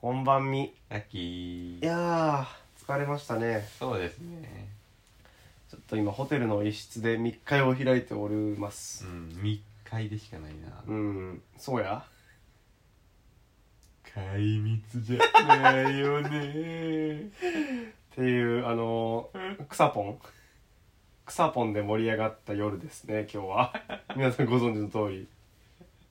本番見い秋やー疲れましたねそうですねちょっと今ホテルの一室で密会を開いておりまうすん密会でしかないなうん、そうや怪密じゃないよっねていうあのー、草ポン草ポンで盛り上がった夜ですね今日は皆さんご存知の通り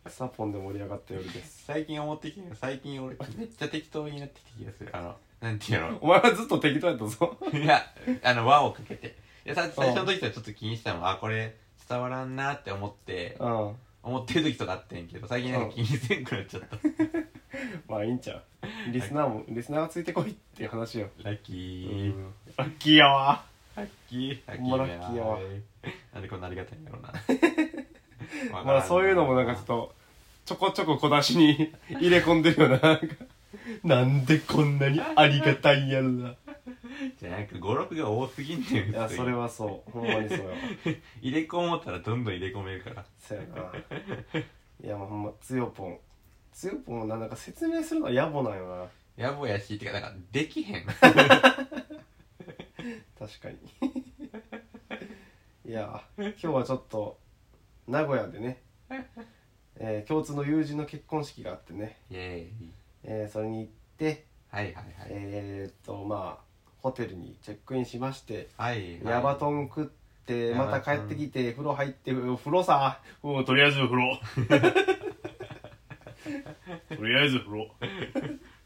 草ポンで盛り上がった夜です最近思ってきたけど最近俺めっちゃ適当になってきた気がするあのなんていうのお前はずっと適当やったぞいや、あの、輪をかけて。いや、さ最初の時とはちょっと気にしてたもん。あ、これ伝わらんなって思って、うん思ってる時とかあってんけど、最近なんか気にせんくなっちゃった。まあいいんちゃうリスナーもリスナーがついてこいっていう話よ、ラッキうー。ん、ラッキーやわラッキー。ラッほんまラッキーやわなんでこんなありがたいんだろう な。わかまらあそういうのもなんかちょっとちょこちょこ小出しに 入れ込んでるよななんかなんでこんなにありがたいんやろないじゃあなんか5、6が多すぎんねん。やそれはそうほんまにそうよ入れ込もうたらどんどん入れ込めるから。そうやないやもうほんまつよぽんつよぽんなんか説明するのは野暮なんよなやぼやし、てかなんか、でき へん。確かにいや今日はちょっと名古屋でね、えー共通の友人の結婚式があってね、イェーイ。えーそれに行ってはいはいはい。えーっとまあホテルにチェックインしましてはい、はい。ヤバトン食ってヤまバたトン帰ってきて風呂入ってう風呂さもうとりあえず風 呂とりあえず風呂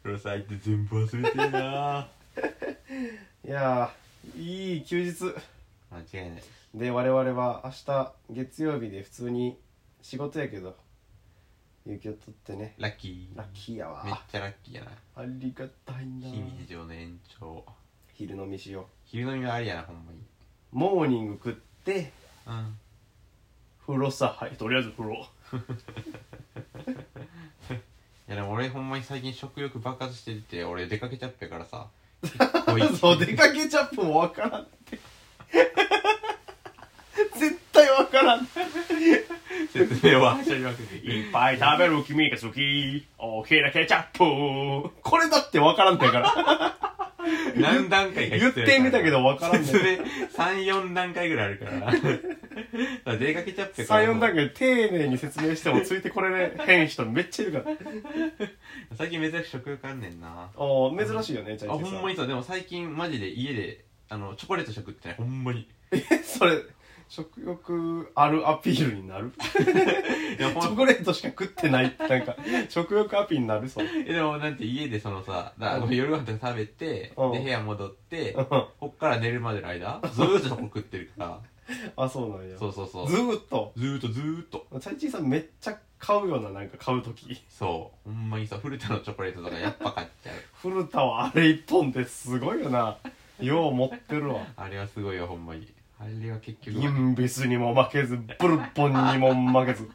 プロサイって全部忘れてるないやーいい休日間違いないで我々は明日月曜日で普通に仕事やけど有給取ってねラッキーラッキーやわめっちゃラッキーやなありがたいな非日常の延長昼飲みしよ昼飲みはありやなほんまにうモーニング食ってうん風呂さはいとりあえず風呂いやでも俺ほんまに最近食欲爆発してて俺出かけちゃったからさそう出かけチャップもわからんって 絶対わからんいけ説明ははしょりまくってっぱい食べる君が好きおひらけチャップこれだってわからんてんから 何段階か言ってみたけど分からんねん説明34段階ぐらいあ るからだから出かけちゃったから34段階丁寧に説明してもついてこれへん人めっちゃいる から最近珍しく食欲あんねんなおー珍しいよねチャあイほチェさんまにそうでも最近マジで家であのチョコレート食ってないほん まに それ食欲あるアピールに なるいやチほんョコレートしか食ってないってなんか食欲アピールになるそれえでもなんて家でそのさだうん夜ご飯とか食べてでうん部屋戻ってうんこっから寝るまでの間ずーっとそこ食ってるからあそうなんやそうそうそうずーっとずーっとずーっとチャイチーさんめっちゃ買うようななんか買う時そうほんまにさ古田のチョコレートとかやっぱ買っちゃう古田はあれ一本ですごいよなよう持ってるわあれはすごいよほんまにあれは結局ギンビスにも負けずブルボンにも負けず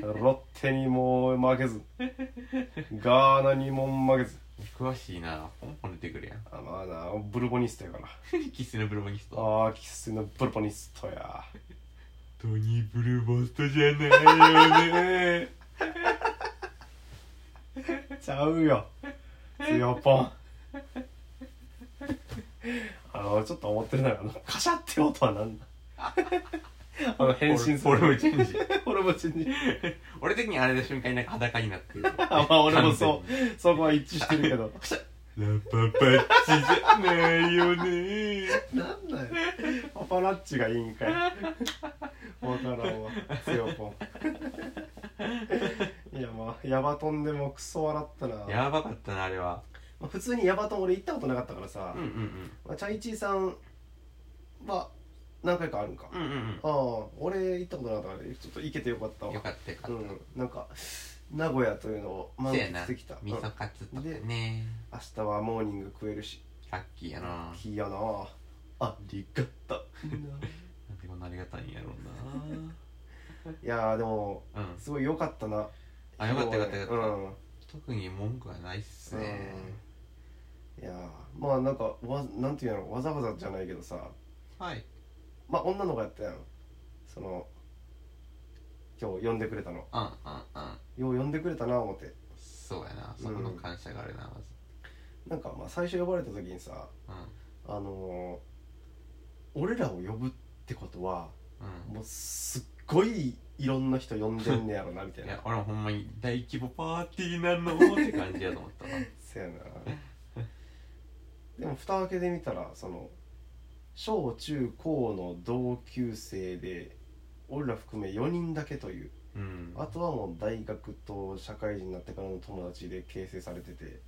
ロッテにも負けずガーナにも負けず詳しいなポンポン出てくるやん あまあなブルボニストやからキスのブルマギストああ、キスのブルボニストや。トニーブルボストじゃないよねちゃうよ。つよぽん。あの、ちょっと思ってるのが、あの、カシャって音は何だあの、 変身する。フォルフォルムチェンジ。 俺もチェンジ。俺的にあれの瞬間になんか裸になってる あまあ、俺もそう。そこは一致してるけ ど。ラパパッチじゃないよ ねなんだよ。パパラッチがいいんかい。わからんわ。つよぽ ん。いや、まあ、ヤバトンでもクソ笑ったな。やばかったなあれはまあ普通にヤバトン俺行ったことなかったからさ。うんうんまあ、チャイチーさんは何回かあるんか、うんうんうあんあ俺行ったことなかったからちょっと行けてよかったうんわよかったよかうっんなんか名古屋というのをた満せやな喫できた、うん味噌カツとかね明日はモーニング食えるしラッキーやななん気やなあありがた いでこんなありがたいんやろうないやーでもなうんすごい良かったなあよかったよかったようかっんた特に文句はないっすねうんいやーまあなんかわなんていうのわざわざじゃないけどさはいまあ女の子やったやんその今日呼んでくれたのうんうんうんよう呼んでくれたな思ってそうやなそこの感謝があるなまずなんかまあ最初呼ばれた時にさあのー俺らを呼ぶってことはうんもうすっごいいろんな人呼んでんねやろなみたうんいいなや俺もほんまに大規模パーティーなのって感じやと思ったわせやなでも蓋開けてみたらその小中高の同級生で俺ら含め4人だけといううんあとはもう大学と社会人になってからの友達で形成されてて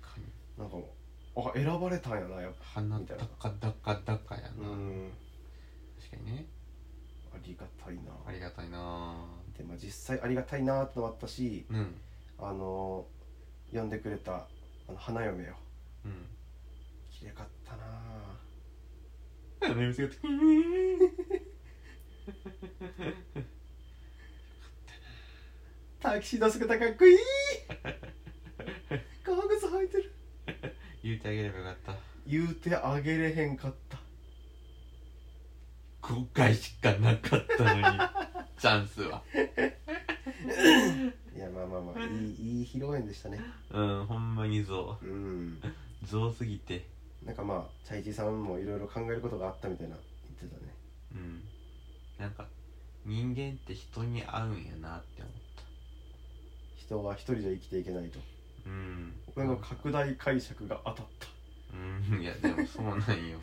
確かになんかもうあ選ばれたんやなやっぱ鼻みたいな高々高やな、うん確かにねありがたいなありがたいなぁで、まあ、実際ありがたいなってのもあったしうんあの呼んでくれたあの花嫁ようん綺麗かったな眠すぎてうーんタキシード姿かっこいい革靴履いてる言うてあげればよかった言うてあげれへんかった後悔しかなかったの にチャンスはいやまあまあまあいいいい披露宴でしたねうんほんまにゾうんウゾウすぎてなんかまあチャイジさんもいろいろ考えることがあったみたいな言ってたねうんなんか人間って人に合うんやなって思っ人は一人じゃ生きていけないとたうん俺の拡大解釈が当たったうんいやでもそうなんよ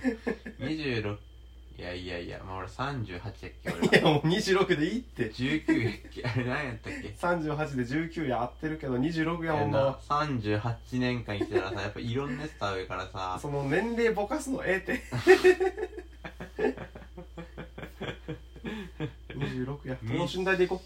26いやいやいやまあ俺38やっけ俺 いやもう26でいいって19やっけあれ何やったっけ38で19やってるけど26やもんなな38年間生きてたらさやっぱいろんな人会うからさその年齢ぼかすのええって 26や等身大でいこ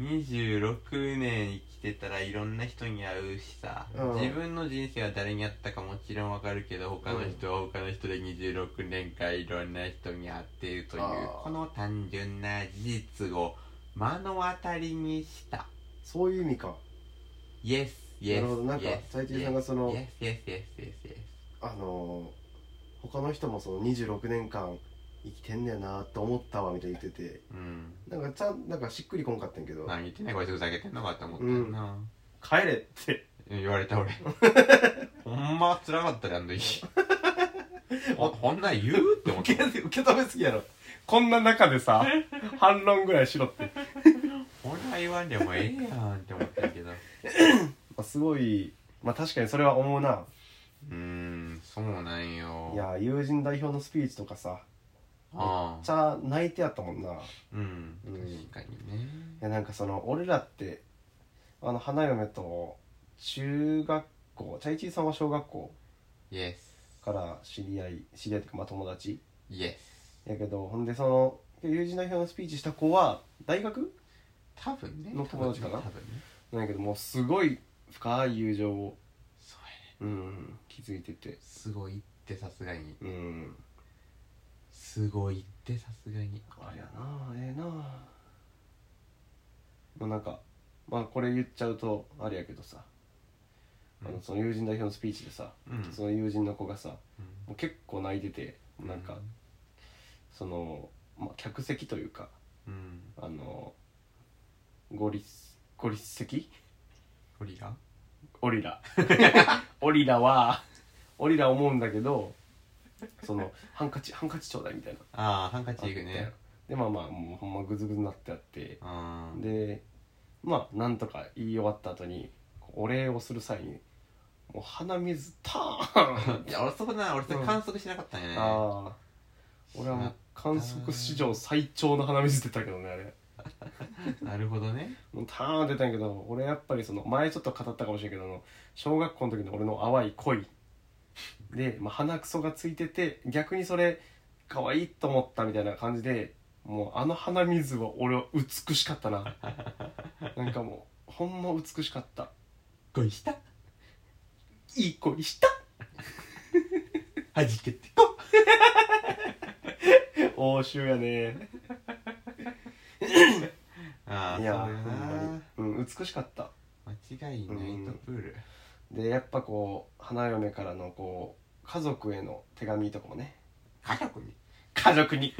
26年生きてたらいろんな人に会うしさ、うん自分の人生は誰に会ったかもちろんわかるけど他の人は他の人で26年間いろんな人に会っているというあーこの単純な事実を目の当たりにしたうそういう意味か Yes, yes, なるほどなんか yes, 斉藤さんがその Yes, yes, yes, yes, yes あのー他の人もその26年間生きてんねやなと思ったわみたいな言っててうんなんかちゃんなんかしっくりこんかったんやけど何言ってないこいつふざけてんのかって思ったよな、帰れって言われ た俺ほんま辛かったであの時ほほんなん言うって思っ受たけ受け止めすぎやろこんな中で さ反論ぐらいしろって、まほんな言わんでもええやんって思ったけどあ、すごいまあ確かにそれは思うなうーんそうなんよいや友人代表のスピーチとかさあめっちあゃ泣いてやったもんないうんうん確かにねやなんかその俺らってあの花嫁と中学校チャイチーさんは小学校 Yes から知り合い知り合いというかまあ友達 Yes やけどほんでその友人代表のスピーチした子は大学多分ねの友達かな多分ねなんやけどもうすごい深い友情を、そうやねうん、築いててすごいってさすがにうんすごいってさすがにあれやなええなもうなんかまあこれ言っちゃうとあれやけどさ、あうのんその友人代表のスピーチでさ、うんその友人の子がさうんもう結構泣いててなんか、その、まあ、客席というかうんあのご立ご立席ゴリラオリラ オリラはオリラ思うんだけどそのハンカチハンカチちょうだいみたいなああハンカチいくねでまあまあもうほんまグズグズになってあってああでまあなんとか言い終わった後にこうお礼をする際にもう鼻水ターンいや俺そこな俺それ観測しなかったんやね、ああ俺はもう観測史上最長の鼻水出たけどねあれなるほどねもうターン出たんやけど俺やっぱりその前ちょっと語ったかもしれんけどあの小学校の時の俺の淡い恋で、まあ、鼻くそがついてて逆にそれ可愛いと思ったみたいな感じでもうあの鼻水は俺は美しかったななんかもうほんま美しかった恋したいい恋したはじけてこ欧州やねああいやそうだほんなまに、うん、美しかった間違いないとプールでやっぱこう花嫁からのこう家族への手紙とかもね家族に家族 に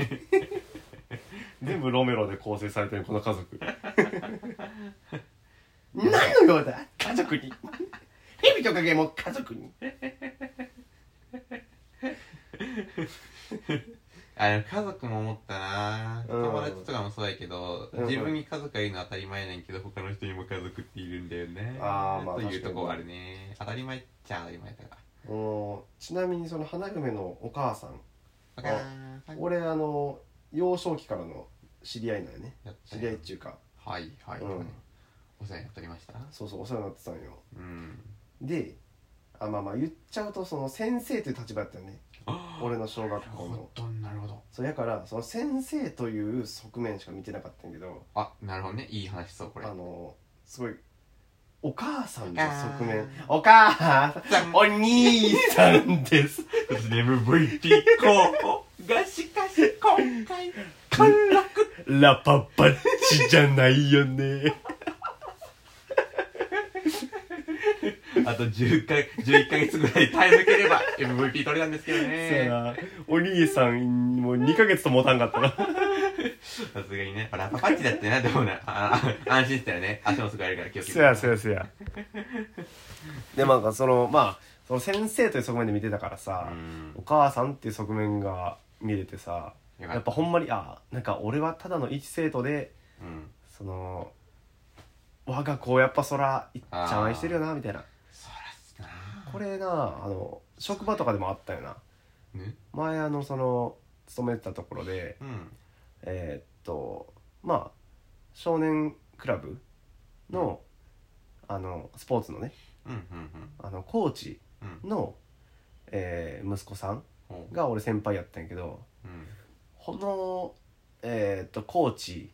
全部ロメロで構成されてるこの家族 何の用だ家族に蛇と影も家族にあでも家族も思ったな、うん友達とかもそうやけど、うん自分に家族がいるのは当たり前なんやけど他の人にも家族っているんだよねあーまあという確かとにこはあるね当たり前っちゃ当たり前だかうんちなみにその花嫁のお母さんらあー俺あの幼少期からの知り合いなんよねやった知より合いっちゅうかはいはい、うんお世話になっておりましたそうそうお世話になってたんようんであまあまあ言っちゃうとその先生という立場やったよね俺の小な学る校のほどなるほどそうやからその先生という側面しか見てなかったんやけどあなるほどねいい話そうこれあのすごいお母さんの側面あお母ささんんお兄さんです MVP 候補がしかし今回陥落ラパパッチじゃないよねあと10回11ヶ月ぐらい耐え抜ければ MVP 取れたんですけどせやねなお兄さんもう2ヶ月と持たんかったなさすがにねほらパパッチだってなでもなああ安心したよね足もすぐやるから気をつけてせやせやせやでまあそのまあその先生という側面で見てたからうさ、んお母さんっていう側面が見れてさよかやっったぱほんまにあなんか俺はただの一生徒でうんその我が子をやっぱそらいっちゃん愛してるよなみたいなそらすなこれなあの職場とかでもあったよなね前あのその勤めてたところでうんえーっとまあ少年クラブのあのスポーツのねうんうんあのコーチうんうんの、えー息子さんほうが俺先輩やったんやけどうんこのえーっとコーチ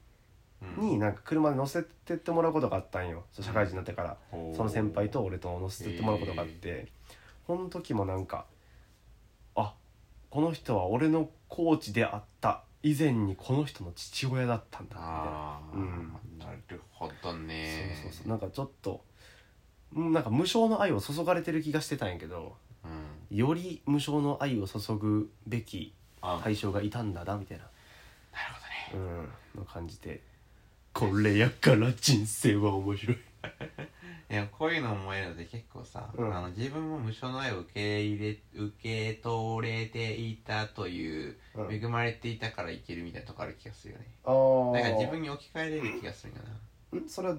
うんになんか車で乗せてってもらうことがあったんよそう社会人になってから。ほうその先輩と俺と乗せてってもらうことがあって、この時もなんかあこの人は俺のコーチであった以前にこの人の父親だったんだみたいな、ああ、うんなるほどねそうそうそうなんかちょっとうんなんか無償の愛を注がれてる気がしてたんやけどうんより無償の愛を注ぐべきあ、対象がいたんだなみたいな、なるほどねうん、の感じてこれやから人生は面白いいやこういうの思えるので結構さ、うんあの自分も無償の愛を受け入れ受け取れていたとういう、ん恵まれていたからいけるみたいなとこある気がするよねああなんか自分に置き換えれる気がするよなそれは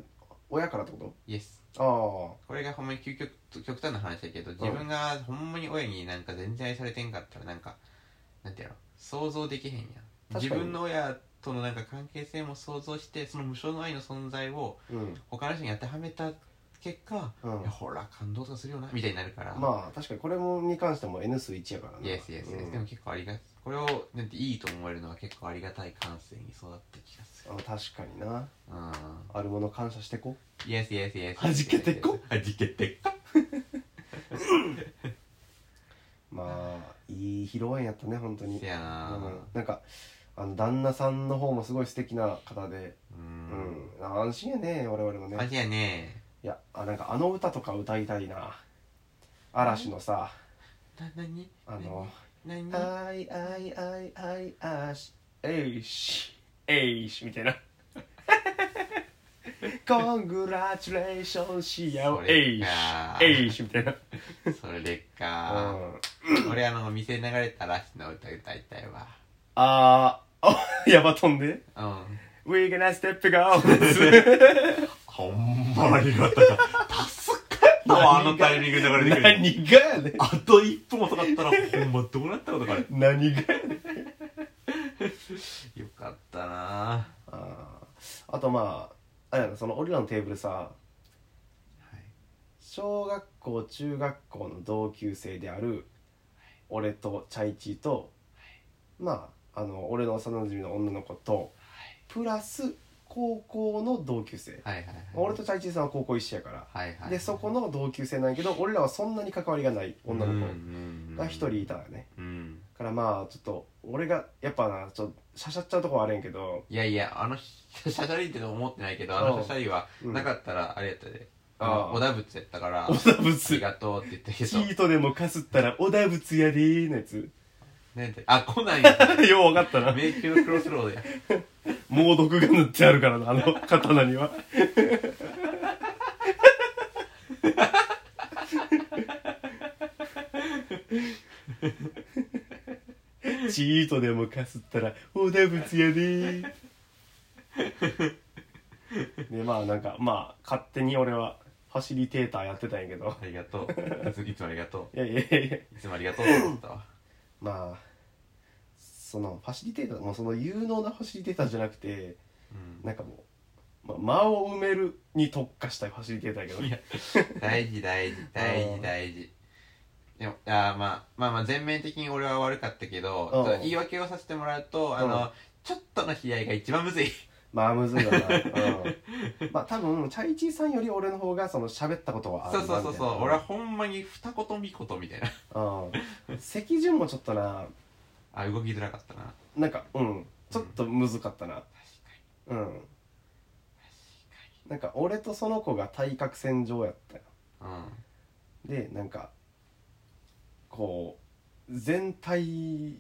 親からってこイエスとああこれがほんまに究極極端な話だけど自分がほんまに親になんか全然愛されてんかったらなんかなんていうの想像できへんやん自確かに分の親とのなんか関係性も想像してその無償の愛の存在をうん他の人に当てはめた結果、うんいやほら感動とかするよなみたいになるからまあ確かにこれもに関しても N 数1やからイエスイエスイエス、うんでも結構ありがこれをなんていいと思えるのは結構ありがたい感性に育った気がするあ確かになうあるもの感謝してこんイエスイエスイエスはじけてこはじけてこまあいい披露宴やったね本当にせやなうんなんかあの旦那さんの方もすごい素敵な方でううんん、安心やね我々もマねジやねいやあなんかあの歌とか歌いたいな嵐のさな何あの「何何あいあいあいあいあしえいしえいし」み たいな「コングラチュレーションしやそおえれいし」かえいしみたいな。それでっか俺あの店流れたらしの歌歌いたいわあー、 やば飛んで。うん We gonna step go! ほんまありがたい助かったわあのタイミングで流れてくる 何がやねん。あと一歩もかかった らほんまどうなったことかあれ何がやねん。よかったなあーあとまあ、あれやな、その俺らのテーブルさ、小学校、中学校の同級生である、俺とチャイチーと、まあ、あの、俺の幼馴染の女の子と、プラス高校の同級生。はいはいはい俺とチャイチーさんは高校一緒やから。はいはいでそこの同級生なんやけど俺らはそんなに関わりがない女の子子が一人いたよねうんだからまあちょっと俺がやっぱなちょっとしゃしゃっちゃうとこはあれんけどいやいやあの シャシャリって思ってないけどあのシャシャリはうんなかったらあれやったでああ小田仏やったから「おあだぶりつ」がとうって言った「けチどートでもかすったらおだぶつやでー」のやつなんてあ来ないんだ よう分かったな迷宮のクロスロードや猛毒が塗ってあるからなあの刀にはし糸でもかすったら大田仏やでーでまあなんかまあ勝手に俺はファシリテーターやってたんやけどありがとういついつもありがといやいやいやいやういつもありがとうって思ったわまあそのファシリテーターもうその有能なファシリテーターじゃなくてうなんかもう、まあ、間を埋めるに特化したファシリテーターやけどんいや大事大事大事大事でもあー、まあ、まあまあ全面的に俺は悪かったけどうんちょっと言い訳をさせてもらうとあうんのちょっとの悲哀が一番むずいまあむずいよな、うん、まあ多分チャイチーさんより俺の方がその喋ったことはあるそなうみたいそなうそうそう俺はほんまに二言三言みたいなうん席順もちょっとなあ動きづらかったななんかうんちょっとむずかったな確かにうんなんか俺とその子が対角線上やったようでなんかこう全体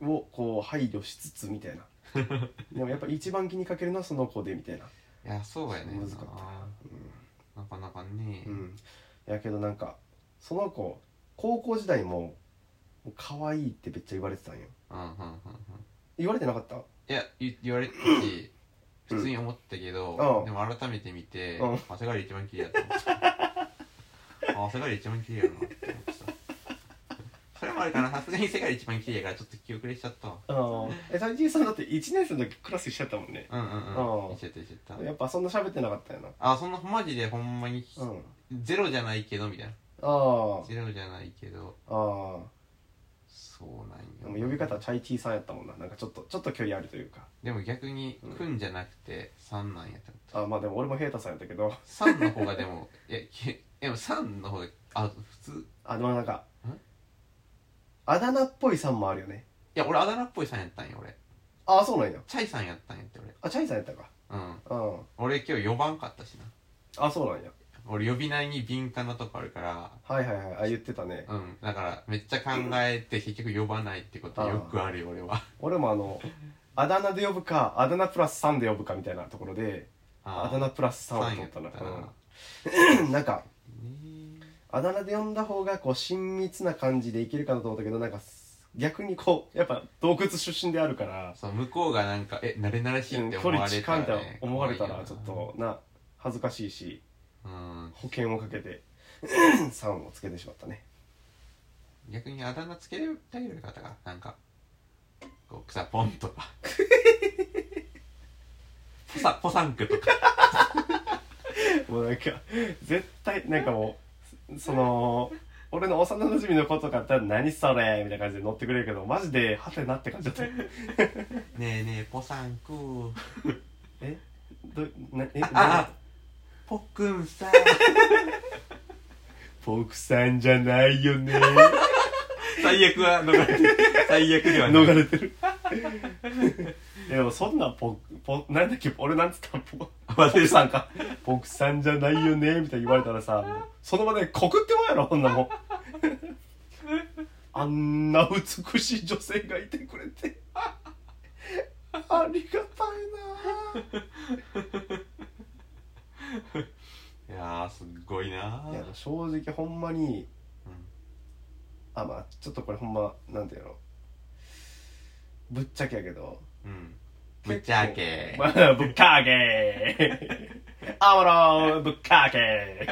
をこう配慮しつつみたい なでもやっぱ一番気にかけるのはその子でみたいなんいやそうやねん難かったなかなかね、うんやけどなんかその子高校時代ももう可愛いってめっちゃ言われてたんようんうんうんうん言われてなかったいや言言われてたし普通に思ったけうんど、でも改めて見て、うん汗がり一番綺麗やと 思った。あ汗がり一番綺麗やなって思ってた。それもあるかな、さすがに世界で一番綺麗やからちょっと記憶れしちゃったわ。あえ最近さんだって1年生の時クラス一緒やったもんねうんうんううんん。いっちゃったいっちゃった。やっぱそんな喋ってなかったよなあ、そんなマジでほんまに、うんゼロじゃないけどみたいな。あゼロじゃないけど、あああそうなんでよ。も呼び方はチャイチーさんやったもんななんかちょっとちょっと距離あるというかでも逆にうん、くんじゃなくて、さんなんやと思った。あまあでも俺も平太さんやったけどさんの方がで も、いや、けでもさんの方が、あ、普通、あでもなんかんあだ名っぽいさんもあるよねいや、俺あだ名っぽいさんやったんよ、俺。ああそうなんやチャイさんやったんやって、あチャイさんやったか俺。うん。うん俺今日呼ばんかったしな。あそうなんや俺呼び名に敏感なとこあるから、はいはいはいあ言ってたねうん。だから、めっちゃ考えて結局呼ばないってことよくあるよ、俺は。俺もあのあだ名で呼ぶかあだ名プラス3で呼ぶかみたいなところであだ名プラス3をさん取やっったたなな。うん なんかねあだ名で呼んだ方がこう親密な感じでいけるかなと思ったけどなんか逆にこうやっぱ洞窟出身であるからそう、向こうがなんか、え、慣れ慣れしいって距思わ離れた近いみたら、いなね。思われたら怖いちょよっな。とな恥ずかしいしうん。保険をかけて3をつけてしまったね逆にあだ名つけるだけの方が、なんか、こう、草ポン とか。ポサ、ポサンクとか。もうなんか絶対なんかもうその俺の幼馴染の子とかだったら「何それ」みたいな感じで乗ってくれるけどマジでハテナって感じだったねえねえ、ポサンクー。えどなえあなあポックンさん。僕さんじゃないよね最悪は逃れてる。最悪ではない。逃れてるい やでもそんなポポなんだっけ俺なんつったポ忘れ僕ささんんか。か僕さんじゃないよねみたいに言われたらさもうその場で告ってもやろこんなも んあんな美しい女性がいてくれてありがたいないやー、すっごいなーいや正直ほんまにうあまあちょっとこれほんまなんていうのぶっちゃけやけどん。うん。ぶっちゃけ。まあぶっかけあわろぶっかけ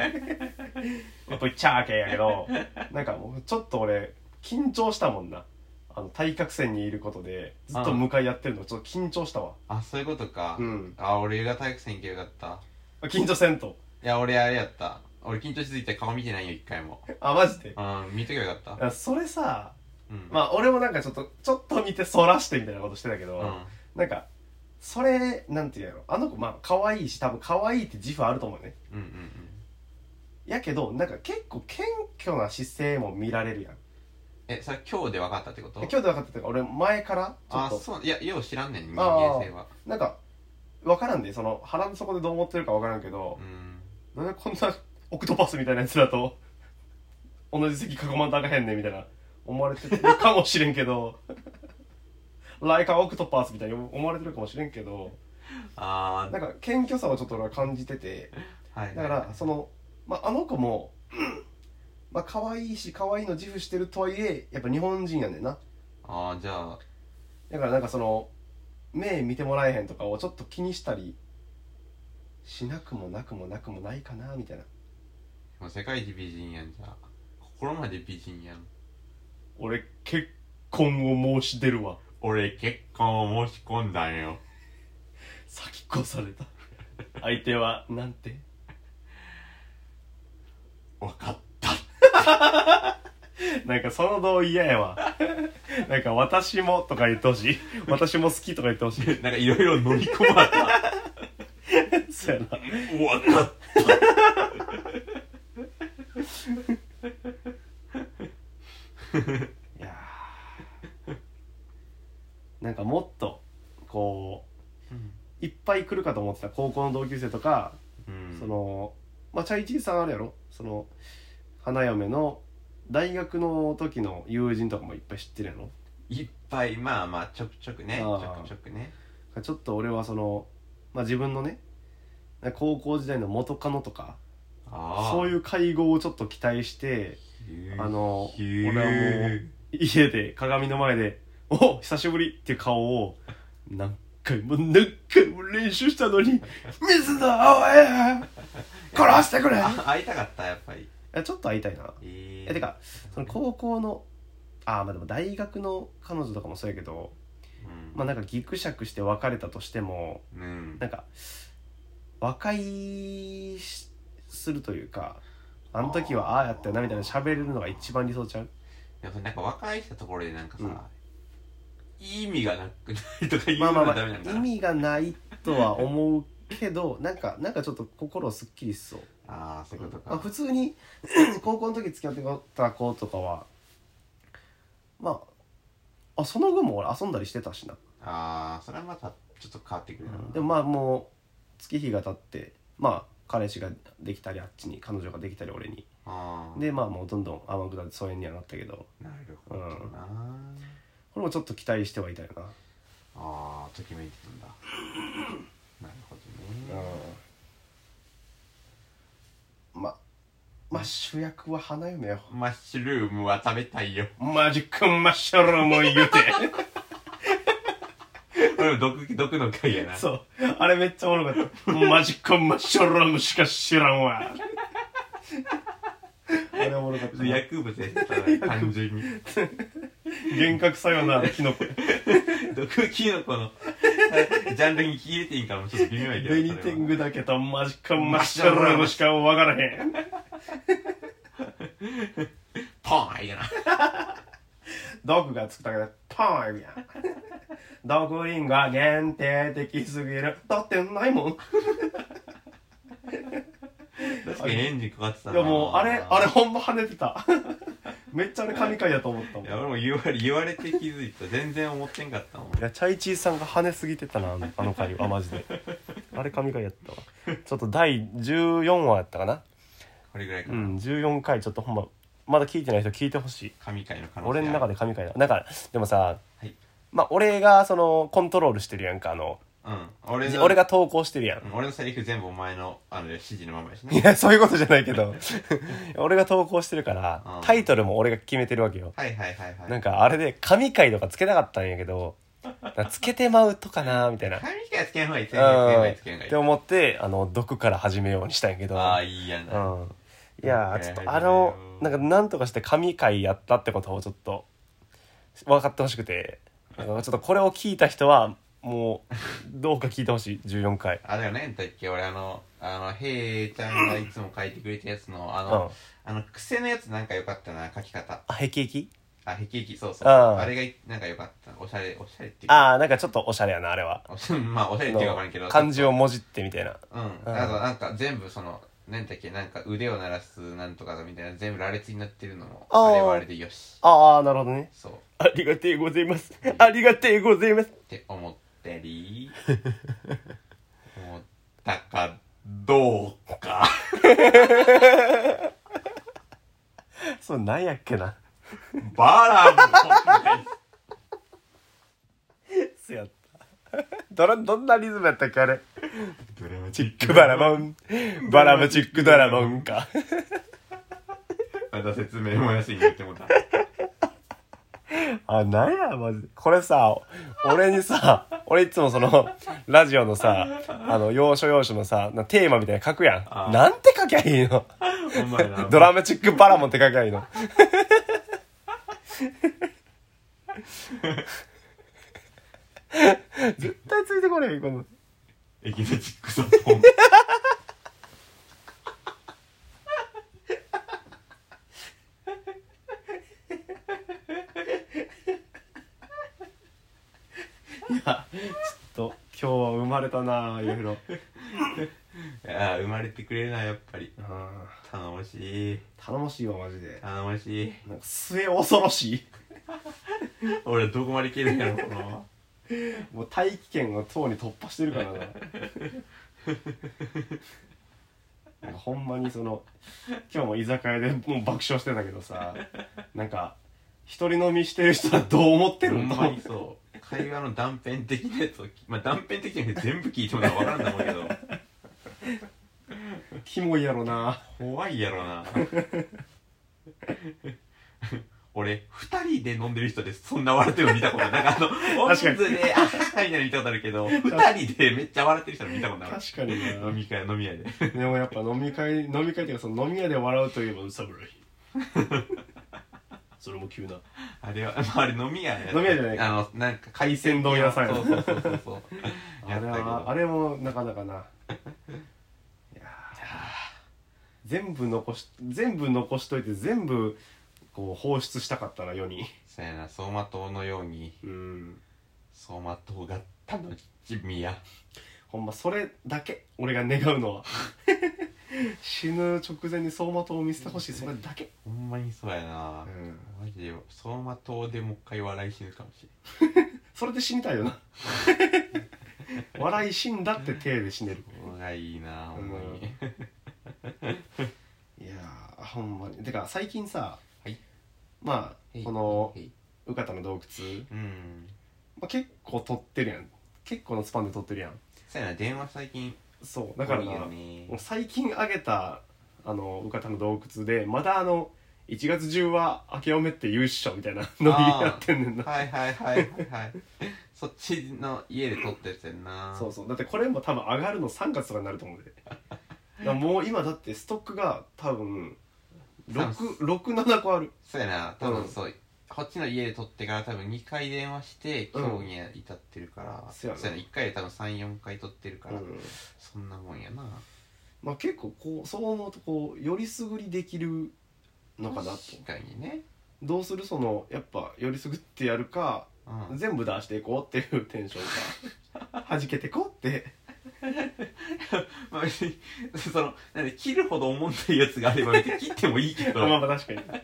ぶっちゃけやけどなんかもうちょっと俺緊張したもんなあの対角線にいることでずっと向かい合ってるのちょっと緊張したわあ、そういうことか。うんあ、俺が体育線行けばよかった。緊張せんといや、俺あれやった。俺緊張しすぎて顔見てないよ、一回も。あマジでうん、見とけばよかった。あそれさうん。まあ俺もなんかちょっとちょっと見てそらしてみたいなことしてたけど、うん。なんかそれなんていうやろあの子まあ可愛いし多分可愛いって自負あると思うねうんうんうん。やけどなんか結構謙虚な姿勢も見られるやんえそれ今日で分かったってこと今日で分かったというか俺前からちょっあとそういやよう知らんねん人間性はなんか分からんでその腹の底でどう思ってるか分からんけどう、んなんでこんなオクトパスみたいなやつだと 同じ席囲まんとあかへんねんみたいな思われてるかもしれんけど ライカオクトパスみたいに思われてるかもしれんけどあなんか謙虚さをちょっと俺は感じててあはいだからその、まあ、あの子も、 まあ可愛いし可愛いの自負してるとはいえやっぱ日本人やねんなああじゃあだからなんかその目見てもらえへんとかをちょっと気にしたりしなくもなくもなくもないかなみたいなもう世界一美人やんじゃあ心まで美人やん俺結婚を申し出るわ俺結婚を申し込んだんよ先越された 相手はなんて分かったなんかその同意嫌やわなんか私もとか言ってほしい私も好きとか言ってほしいなんかいろいろ飲み込ま れたそうやな分かっいやーなんかもっとこういっぱい来るかと思ってた高校の同級生とか、たうんそのまあチャイチーさんあるやろその花嫁の大学の時の友人とかもいっぱい知ってるやろいっぱいまあまあちょくちょくねちあーょくちょくねちょっと俺はその、まあ、自分のね高校時代の元カノとかああそういう会合をちょっと期待してあの俺はもう家で鏡の前で「お久しぶり!」っていう顔を何回も何回も練習したのに「水野青江殺して くれ!」いあ会いたかったやっぱりやちょっと会いたいなええてかその高校のああまあでも大学の彼女とかもそうやけどうんまあなんかギクシャクして別れたとしてもうんなんか和解しするというかあの時はああやったよなみたいな喋れるのが一番理想ちゃうでもそれなんか若いしたところでなんかさ、うんいい意味がなくないとか言うまあのまあはまダメなんだあな、意味がないとは思うけどなんかなんかちょっと心すっきりしそうああそういうことか、まあ、普通に 高校の時付き合ってた子とかはまああその後も俺遊んだりしてたしな、ああそれはまたちょっと変わってくるな、でもまあもう月日が経ってまあ彼氏ができたりあっちに彼女ができたり俺にああでまあもうどんどん甘くなって疎遠にはなったけどなるほどな、うんあこれもちょっと期待してはいたよなあときめいてたんだなるほどねままあ主役は花嫁よマッシュルームは食べたいよ マジックマッシュルーム言うて俺も毒毒の回や なそうあれめっちゃおもろかったマジックマッシュルームしか知らんわあれおもろかったな薬物やったら単 純に幻覚さよならキノコ毒キノコのジャンルに入れていいんかもちょっと微妙やけどベニテングだけとマジックマッシュルームしか分からへんポーンいいな毒がつくだけでパーンや毒リンゴは限定的すぎるだってないもん確かにエンジンかかってたいやもうあれあれほんま跳ねてためっちゃあれ神回やと思ったもんいいや俺も言われ言われて気づいた全然思ってんかったもんやチャイチーさんが跳ねすぎてたな あのあの回はマジであれ神回やったわ ちょっと第14話やったかなこれぐらいかうな、ん14回ちょっとほんままだ聞いてない人聞いてほしい神回の可能性俺の中でで神回だなんかでもさ、はいまあ俺がそのコントロールしてるやんかあのうん俺の俺が投稿してるやんうん俺のセリフ全部お前のあの指示のままやしいねや、そういうことじゃないけ ど、俺が投稿してるかうらん、タイトルも俺が決めてるわけよ。はいはいはいはいなんか、あれで、神回とかつけなかったんやけど、なんかつけてまうとかなみたい な。神回つけん方がいいつけん方がうん。いいっつけん方がいいて思って、あの、毒から始めようにしたんやけど。ああいいやう。なんいやー、毒ちょかっらとあの始めよ、うなんか、なんとかして神回やったってことをちょっと、分かってほしくて、なんかちょっとこれを聞いた人は、もう、どうか聞いてほしい、14回。あだよねだっけ俺あのあのへいちゃんがいつも書いてくれたやつのあうの、ん。あの癖のやつなんか良かったな書き方あ、へきへきあへきへきそうそうあーあれがいなんか良かったおしゃれおしゃれっていうかああ、なんかちょっとおしゃれやな、あれは。おしまあおしゃれっていうか分からんけど漢字をもじってみたいなうん、あとなんか全部そのなんだっけなんか腕を鳴らすなんとかだみたいな全部羅列になってるのもあーあれはあれでよしああなるほどねそうっありがてえございますありがてえございますて思った り思ったかどうか そうなんやっけなバランそうやったどらどんなリズムやったっけあれドラマチックバラモンバラムチックドラモンかまた説明もやすいに言ってもうたあ、なんや、マジで。これさ、俺にさ、俺いつもその、ラジオのさ、あの、要所要所のさ、なテーマみたいなの書くやあん。なんて書きゃいいのお前なドラマチックパラモンって書きゃいいの。 絶対ついてこれへん、この。エキゾチックサポンと、今日は生まれたなぁ、いろいろ。 ああ生まれてくれるなやっぱりあ頼もしいー頼もしいわ、マジで。頼もしいなんか末恐ろしい。俺どこまでいけるんやろこのままもう大気圏をとうに突破してるからななんかほんまにその今日も居酒屋でもう爆笑してたけどさなんか一人飲みしてる人はどう思ってるほんんだまにそう会話の断片的なやつを聞まあ断片的なやつ全部聞いてもら分からんと思うけどキモいやろな怖いやろな 俺二人で飲んでる人でそんな笑ってるの見たことないなんかあの確かに大人数で「あはは」みたいなの見たことあるけど二人でめっちゃ笑ってる人の見たことない確かに飲み会飲み屋でなでもやっぱ飲み会飲み会っていうかその飲み屋で笑うといえばうさ ぶらいそれも急なあれは、まあ、あれ飲み屋や飲み屋じゃないあのなんか海鮮丼屋さんやそうそうそうそうそう あやっれたけはあどれもなかなか ないやー全部残し全部残しといて全部こう放出したかったな世にそうやな走馬灯のようにうん走馬灯が楽しみやほんまそれだけ俺が願うのは 死ぬ直前に走馬灯を見せてほしいそれだけ、ほんまにそうやな、うん、マジで走馬灯でもう一回笑い死ぬかもしれんそれで死にたいよな 笑い死んだって体で死ねるこがいいなほんま に、いやーほんまにてか最近さ、はいまあこのはい「うかたの洞窟」うんまあ、結構撮ってるやん結構のスパンで撮ってるやんそうやな電話最近そうだから多いなよもねう最近上げたあの浮方の洞窟でまだあの1月中は明けおめって言うっしょみたいなノリあーやってんねんなはいはいはいはいはい そっちの家で撮っててんなそうそうだってこれも多分上がるの3月とかになると思うでだからもう今だってストックが多分67個あるそうやな多うん分そう、こっちの家で撮ってから多分2回電話してうん今日に至ってるから、そうやな1回で多分34回撮ってるから、うんそんなもんやなまあ、結構こうそう思うとこうよりすぐりできるのかなと確かにねどうするそのやっぱよりすぐってやるかうん全部出していこうっていうテンションが弾けてこうってまあ別に そのなんで切るほど思んないやつがあれば別に切ってもいいけどま あまあまあ確かにま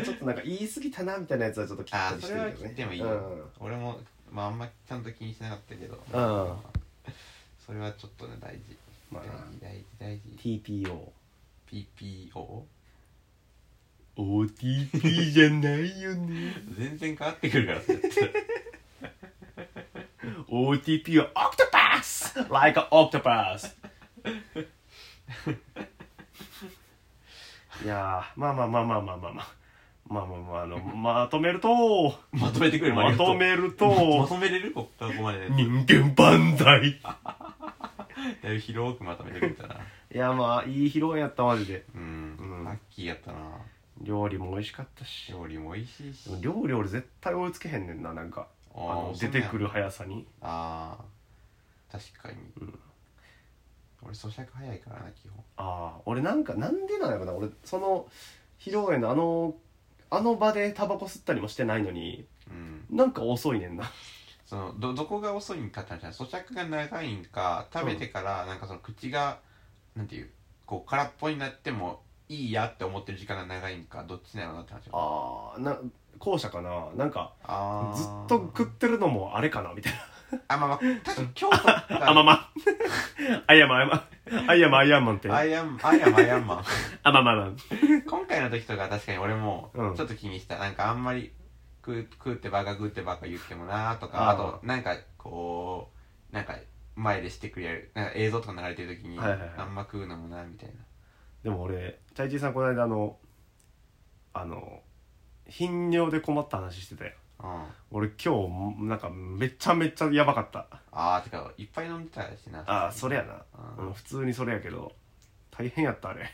あちょっとなんか言い過ぎたなみたいなやつはちょっと切ったありしそてれるはけど切ねってもいいよ、俺も、まあ、あんまちゃんと気にしなかったけど、うんそれはちょっとね大事ま大あ事大事大事 TPO PPO OTP じゃないよね全然変わってくるからそれって OTP は OCTOPUS Like an OCTOPUS いやーまあまあまあまあまあまあまあまあまあまああのまとめるとまとめてくれるまとめるとまとめれるこっからここまでね人間万歳だいぶ広くまとめてくれたないやまあいい披露宴やったマジでうん、うんラッキーやったな料理も美味しかったし料理も美味しいしでも料理俺絶対追いつけへんねんななんかああーのそ出んなんてくる速さにああ確かに、うん俺咀嚼早いからな基本ああ俺なんかなんでなんやろな俺その披露宴のあのあの場でタバコ吸ったりもしてないのにうんなんか遅いねんなそのどどこが遅いんかって話なんです咀嚼が長いんか食べてからなんかその口が、なんていうこう空っぽになってもいいやって思ってる時間が長いんかどっちなのなって話あああな後者かななんかあーずっと食ってるのもあれかなみたいなあまあまあ確かに今日とあまあ まアイアンマンアイアンマンアイアンマンアイアンマンってアあイアンアイアンアイアンマンまあまあまあ今回の時とか確かに俺もうんちょっと気にした、なんかあんまり食う食うってばっか食うってばっか言ってもなーとかああーとなんかこうなんか前でしてくれるなんか映像とか流れてる時に、はいはいはいあんま食うのもなみたいなでも俺チャイチーさんこの間あのあの頻尿で困った話してたよあ俺今日なんかめちゃめちゃやばかったあーてかいっぱい飲んでたしなああそれやな、ううんん、普通にそれやけど大変やったあれ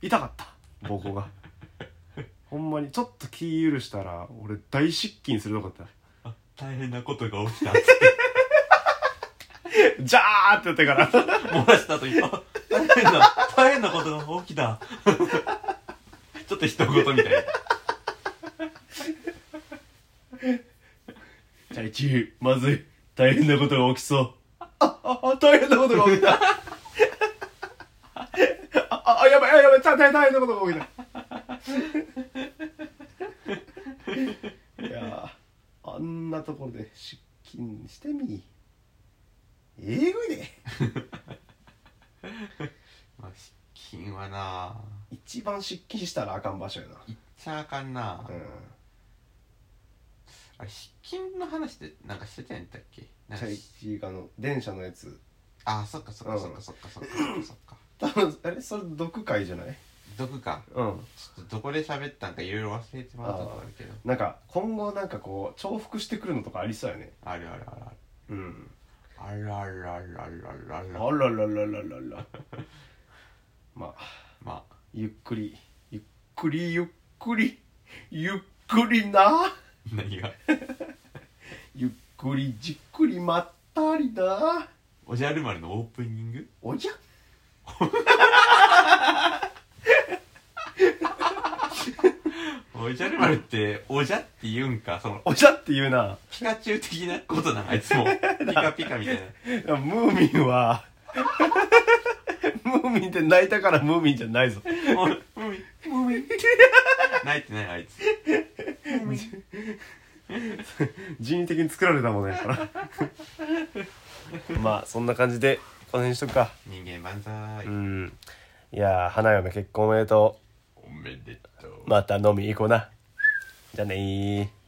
痛かった膀胱が ほんまにちょっと気許したら俺大失禁するとこだっ大変なことが起きたた ジャーってやってから 漏らしたと言った大変な大変なことが起きたちょっと一言みたいなじゃあ1まずい大変なことが起きそうあああ大変なことが起きたああやばいあやばい大変大変なことが起きたいやーあんなところで出勤してみえぐいでまあ失禁はな一番出勤したらあかん場所やな行っちゃあかんな、うんあれ失禁の話ってなんかしてたんやったっけなんチかャイチーがあの電車のやつあそっかそっかそっかそっかそっかそっかそっか多分あれそれ毒会じゃない毒かうんちょっとどこで喋ったんかいろいろ忘れてもらったとこあるけどなんか今後なんかこう重複してくるのとかありそうやねあるあるあるあるうんあらららららあららららららら まあまあゆっくりゆっくりゆっくりゆっくりな何がゆっくりじっくりまったりなおじゃる丸のオープニングおじゃおじゃる丸っておじゃって言うんかそのおじゃって言うなピカチュウ的なことなのあいつもピカピカみたいなムーミンは ムーミンって泣いたからムーミンじゃないぞおムーミンムーミン泣いてないあいつムーミン人為的に作られたものやから まあそんな感じでこの辺にしとくか人間万歳うんいやー花嫁結婚おめでとおめでとううまた飲み行こうなじゃあねー